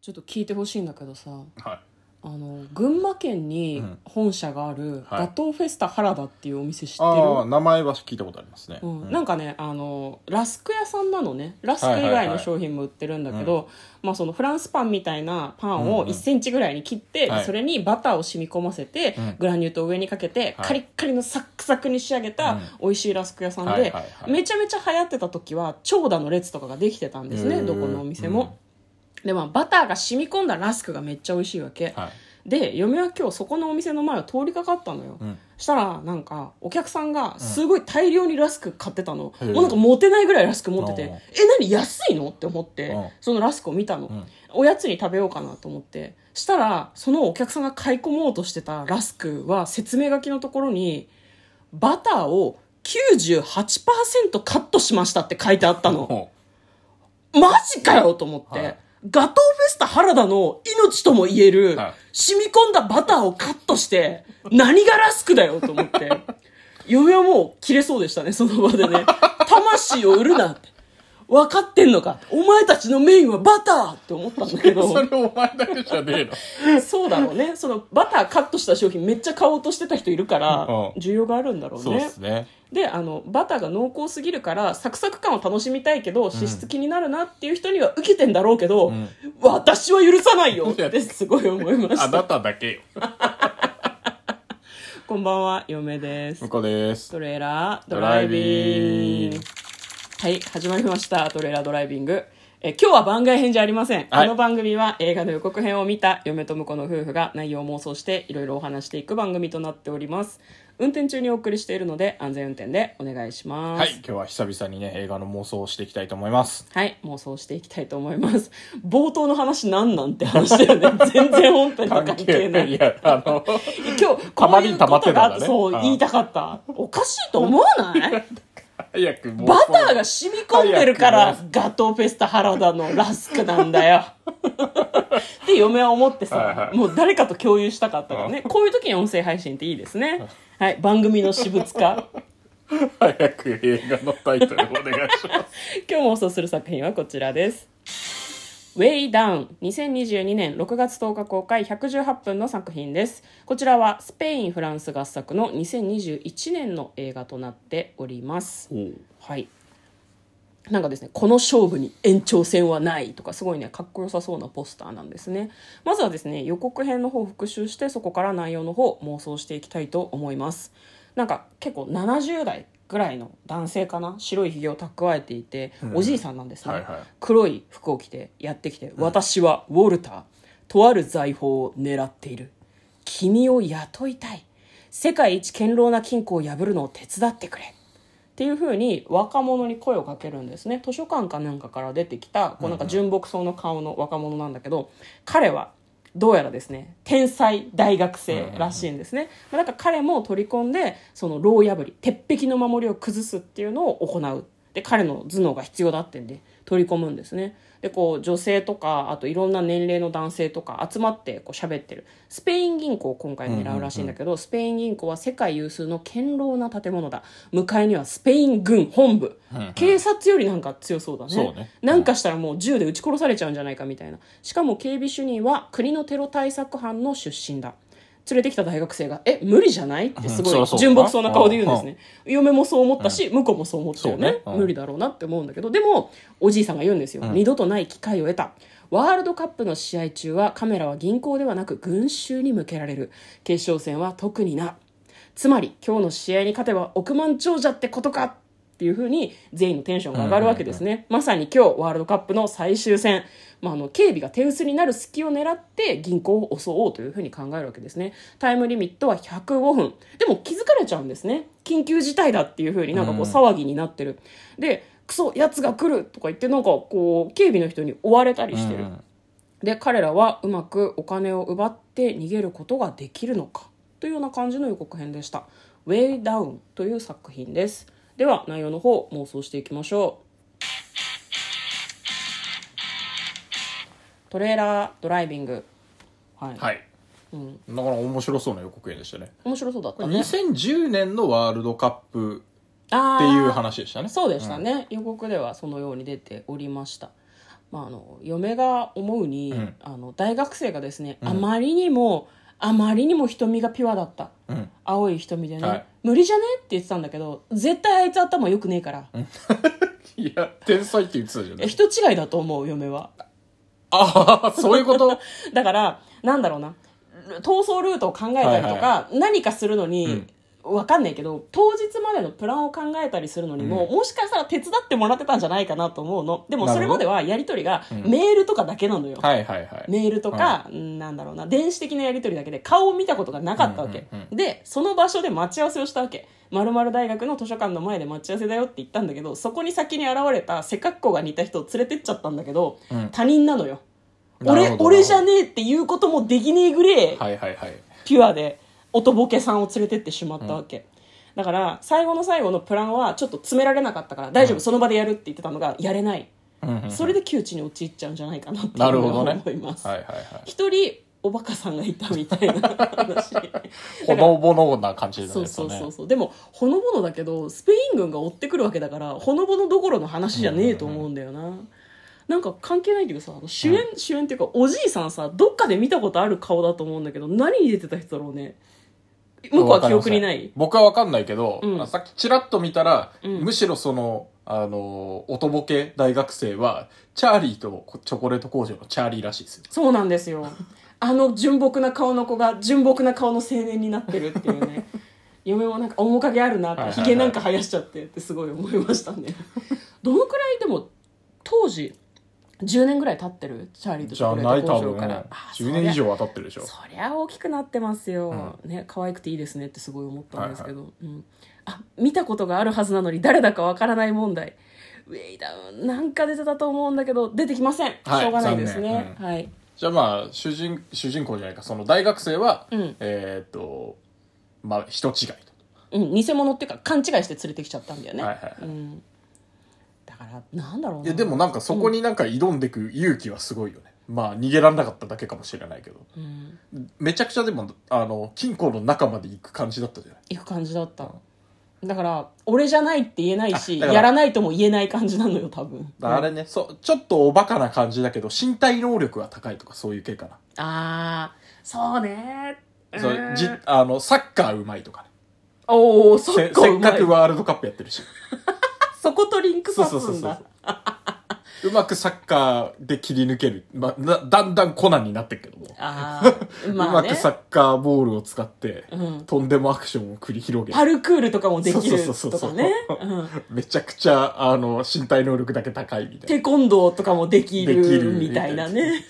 ちょっと聞いてほしいんだけどさはあの群馬県にうん本社があるはいガトーフェスタ原田っていうお店知っい、てる、ああ名前は聞いたことありますね、うんうんなんかねあのラスク屋さんなのねラスク以はい外はいはのい商品も売ってるんだけど、まあ、そのフランスパンみたいなパンうをんうん1センチぐらいに切って、はいそれにバターを染み込ませて、うんグラニュー糖を上にかけて、はいカリッカリのサックサクに仕上げうたん美味しいラスク屋さんで、はいはいはいめちゃめちゃ流行ってた時は長蛇の列とかができてたんですへねーどこのお店も。でまあ、バターが染み込んだラスクがめっちゃ美味しいわけ、はいで嫁は今日そこのお店の前を通りかかったのよ、うんしたらなんかお客さんがすごい大量にラスク買ってたの、うんもうなんか持てないぐらいラスク持ってて、うんえ何安いのって思って、うんそのラスクを見たの、うんおやつに食べようかなと思ってしたらそのお客さんが買い込もうとしてたラスクは説明書きのところにバターを98%カットしましたって書いてあったのほマジかよと思って、はいガトーフェスタ原田の命とも言える、はい染み込んだバターをカットして、何がラスクだよと思って、 嫁はもう切れそうでしたね、その場で ね。魂を売るなって。分かってんのかお前たちのメインはバターって思ったんだけう そど、れお前だけじゃねえのそうだろうね。そのバターカットした商品めっちゃ買おうとしてた人いるからうん、需要があるんだろうそうでねす。ねであのバターが濃厚すぎるからサクサク感を楽しみたいけど脂質気になるなっていう人には受けてんだろうけど、ん私は許さないよ ってすごい思いまあしなたただけよこんばんは嫁です向こうですトレーラードドラライイビビンンググはい始まりましたトレーラードライビングえ今日は番外編じゃありません、はいこの番組は映画の予告編を見た嫁と婿の夫婦が内容を妄想していろいろお話していく番組となっております運転中にお送りしているので安全運転でお願いしますはい今日は久々にね映画の妄想をしていきたいと思いますはい、妄想していきたいと思います。冒頭の話なんなんて話だよね。 全然本編と関係ない。いやあの今日、たこまういりうにたまことってたんだがねあって、そう、うん言いたかった。おかしいと思わない早く妄想バターが染み込んでるから、ガトーフェスタ原田のラスクなんだ よ。って嫁は思ってさ、はいはいもう誰かと共有したかったからね。こういう時に音声配信っていいですね。はい、番組の私物化。早く映画のタイトルお願いします今日妄想する作品はこちらです「ウェイダウン」2022年6月10日公開118分の作品ですこちらはスペインフランス合作の2021年の映画となっておりますはいなんかですね、この勝負に延長戦はないとかすごいねかっこよさそうなポスターなんですねまずはですね予告編の方を復習してそこから内容の方を妄想していきたいと思いますなんか結構70代ぐらいの男性かな白いひげを蓄えていて、おじいさんなんですね、はいはい黒い服を着てやってきて、私はウォルターとある財宝を狙っている君を雇いたい世界一堅牢な金庫を破るのを手伝ってくれっていうふうに若者に声をかけるんですね図書館かなんかから出てきたこうなんか純朴そうの顔の若者なんだけど、彼はどうやらですね天才大学生らしいんですね、まあ、だから彼も取り込んでその牢破り鉄壁の守りを崩すっていうのを行うで彼の頭脳が必要だってんで取り込むんですねでこう女性とかあといろんな年齢の男性とか集まってこう喋ってるスペイン銀行を今回狙うらしいんだけど、スペイン銀行は世界有数の堅牢な建物だ向かいにはスペイン軍本部、うんうん警察よりなんか強そうだねそうねなんかしたらもう銃で撃ち殺されちゃうんじゃないかみたいなしかも警備主任は国のテロ対策班の出身だ連れてきた大学生が「え無理じゃない?」ってすうんそりごゃいそうだ純朴そうな顔で言うんですね嫁もそう思ったし、向こうもそう思ったよねそうねうん無理だろうなって思うんだけどでもおじいさんが言うんですよ、二度とない機会を得たワールドカップの試合中はカメラは銀行ではなく群衆に向けられる決勝戦は特になつまり今日の試合に勝てば億万長者ってことかっていうふうに全員のテンションが上がるわけですね、まさに今日ワールドカップの最終戦、まあ、あの警備が手薄になる隙を狙って銀行を襲おうというふうに考えるわけですねタイムリミットは105分でも気づかれちゃうんですね緊急事態だっていうふうになんかこう騒ぎになってる、でクソやつが来るとか言ってなんかこう警備の人に追われたりしてる、うんで彼らはうまくお金を奪って逃げることができるのかというような感じの予告編でした「ウェイダウン」という作品ですでは内容の方妄想していきましょうトレーラードライビングはい、はい、なかなか面白そうな予告編でしたね面白そうだっこたれね2010年のワールドカップあっーていう話でしたねそうでしたね、予告ではそのように出ておりましたまあ、あの嫁が思うに、うんあの大学生がですね、うんあまりにもあまりにも瞳がピュアだったうん。青い瞳でね、はい無理じゃねって言ってたんだけど絶対あいつ頭良くねえから、いや、天才って言ってたじゃなえい。人違いだと思う嫁はああ、そういう ことだからなんだろうな逃走ルートを考えたりとか、はいは何かするのに、わかんないけど当日までのプランを考えたりするのにも、もしかしたら手伝ってもらってたんじゃないかなと思うのでもなるそほれまどではやり取りがうんメールとかだけなのよ、はいはいはい。メールとか、うんなんだろうな電子的なやり取りだけで顔を見たことがなかったわけ、うんうんでその場所で待ち合わせをしたわけまる大学の図書館の前で待ち合わせだよって言ったんだけどそこに先に現れた背格好が似た人を連れてっちゃったんだけど、うん他人なのよなる俺ほど俺じゃねえっていうこともできねえぐれえ、はいはいはい。ピュアで音ボケさんを連れてってしまったわけ、だから最後の最後のプランはちょっと詰められなかったから大丈夫、その場でやるって言ってたのがやれない、うんうんそれで窮地に陥っちゃうんじゃないかなっていうなるのはほどね。思います、はいはいはい。一人おバカさんがいたみたいな話だからほのぼのな感じだ ね。そうそうそうう。そうでもほのぼのだけどスペイン軍が追ってくるわけだからほのぼのどころの話じゃねえと思うんだよな、なんか関係ないけどさあの主演、主演っていうかおじいさんさどっかで見たことある顔だと思うんだけど何に出てた人だろうね向こうは記憶にない僕はわかんないけど、うんあさっきチラッと見たら、うんむしろその、あの、おとぼけ大学生は、チャーリーとチョコレート工場のチャーリーらしいですよ。そうなんですよあの純朴な顔の子が純朴な顔の青年になってるってい うね嫁もなんか面影あるなはいはっいはていひげなんか生やしちゃってってすごい思いましたねどのくらいでも当時10年ぐらい経ってるチャーリーとチじョゃコレなーいト多工分場からあ10年以上は経ってるでしょそりゃそりゃ大きくなってますよ、ね可愛くていいですねってすごい思ったんですけど、うん、あ見たことがあるはずなのに誰だかわからない問題ウェイダウンなんか出てたと思うんだけど出てきません、はいしょうがないです残ね念、はいじゃあまあ主人主人公じゃないかその大学生は、うんえーっとまあ人違いとうん、偽物っていうか勘違いして連れてきちゃったんだよね、はいはいはいうん、だからなんだろういなやでもなんかそこになんか挑んでく勇気はすごいよね、まあ逃げられなかっただけかもしれないけどうん、めちゃくちゃでもあの金庫の中まで行く感じだったじゃないいく感じだっただから俺じゃないって言えないしあだからやらないとも言えない感じなのよ多分だからあれね、そうちょっとおバカな感じだけど身体能力が高いとかそういう系かな、ああそうねそううんじあのサッカーうまいとかねおおそせこせうっまかいくワールドカップやってるし そことリンクそさうすんそだうそうそう。うまくサッカーで切り抜ける。まあ、なだんだんコナンになってるけども。あーまあ うまねくサッカーボールを使って、うんとんでもアクションを繰り広げパルクールとかもできるそうそうそとうそかうねうんめちゃくちゃ、あの、身体能力だけ高いみたいな。テコンドーとかもできできるるみたいな ね。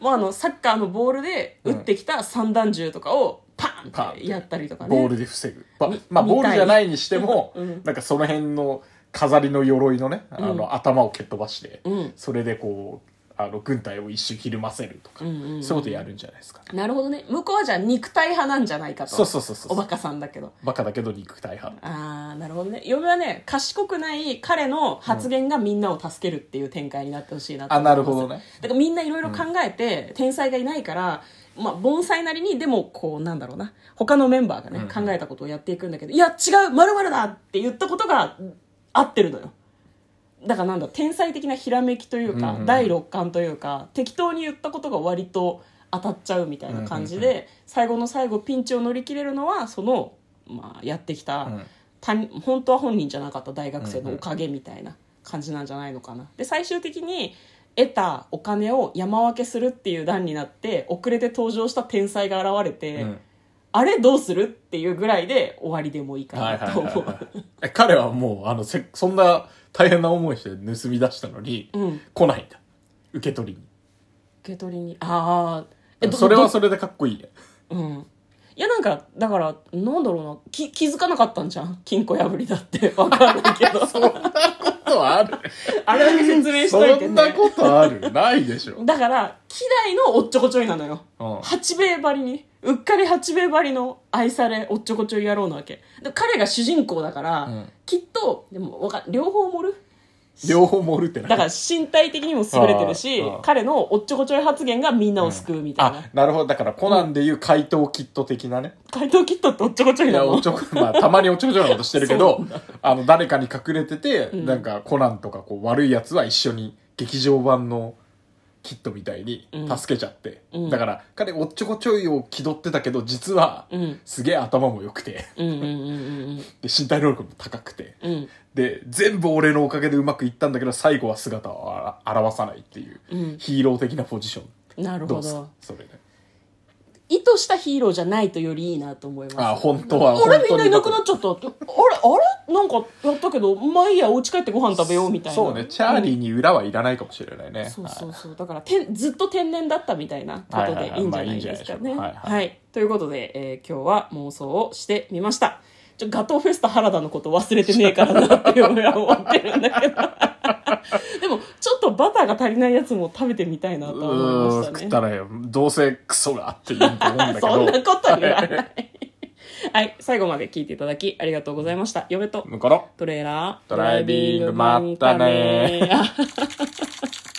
まああのサッカーのボールで打ってきた三段銃とかをパパンっンっててやったりとかね。ボールで防ぐ。まあみ、まあ、みたいボールじゃないにしても、うんなんかその辺の飾りの鎧のね、あの、うん頭を蹴っ飛ばして、うんそれでこう、あの、軍隊を一周ひるませるとか、うんうんうんそういうことやるんじゃないですか。なるほどね。向こうはじゃあ肉体派なんじゃないかと。そうそうそうそうおバカさんだけど。バカだけど肉体派。ああ、なるほどね。嫁はね、賢くない彼の発言がみんなを助けるっていう展開になってほしいなとあ、思いますなるほどね。だからみんないろいろ考えて、天才がいないから、まあ、盆栽なりにでもこうなんだろうな他のメンバーがね、考えたことをやっていくんだけど「いや違うまるだ!」って言ったことが合ってるのよだからなんだ天才的なひらめきというか、うんうん第六感というか適当に言ったことが割と当たっちゃうみたいな感じで、最後の最後ピンチを乗り切れるのはその、まあ、やってきた、うん他人本当は本人じゃなかった大学生のおかげみたいな感じなんじゃないのかな。で最終的に得たお金を山分けするっていう段になって遅れて登場した天才が現れて、うんあれどうするっていうぐらいで終わりでもいいかはいなはいとはい思う。はいえ彼はもうあのせそんな大変な思いして盗み出したのに、うん来ないんだ受け取り受け取りにああえにどそれはどそれでかっこいいねうんいやなんかだからなんだろうなき気づかなかったんじゃん金庫破りだって わかんないけ どことあるあれだけ説明しといそてんねなことあるないでしょ、だから希代のおっちょこちょいなのようん、八兵衛ばりにうっかり八兵衛ばりの愛されおっちょこちょい野郎なわけで彼が主人公だから、うんきっとでもわか両方盛る両方盛るってなだから身体的にも優れてるしあーあー彼のおっちょこちょい発言がみんなを救うみたいな、あなるほどだからコナンでいう怪盗キット的なね、怪盗キットっておっちょこちょいいなやのおちょこまあたまにおちょこちょいなことしてるけそどうあの誰かに隠れてて、なんかコナンとかこう悪いやつは一緒に劇場版のキットみたいにうん助けちゃって、うんだから彼おっちょこちょいを気取ってたけど実はうんすげえ頭も良くてうんうんうんで身体能力も高くてうんうんで全部俺のおかげでうまくいったんだけど最後は姿をあら表さないっていう、うんヒーロー的なポジションなるどほうすかどそれね意図したヒーローじゃないとよりいいなと思いあます本当はあ本れみ当んないなくなっちゃったってあれあれなんかやったけどまあいいやお家帰ってご飯食べようみたいなそうねチャーリーに裏はいらないかもしれないね、そうはいそうそうだからてずっと天然だったみたいなことでいいんじゃないですかね。はいはいはいまあいいんじゃないでしょうかはいはいはいということで、えー今日は妄想をしてみました。ちょガトーフェスタ原田のこと忘れてねえからなっていうのは思ってるんだけど でもちょっとバターが足りないやつも食べてみたいなとはう思いーんま食しったねたらよどうせクソがって言うと思うんだけど そんなこと言わないはい最後まで聞いていただきありがとうございました嫁と向こうのトレーラードライビングまったドねライビングまったね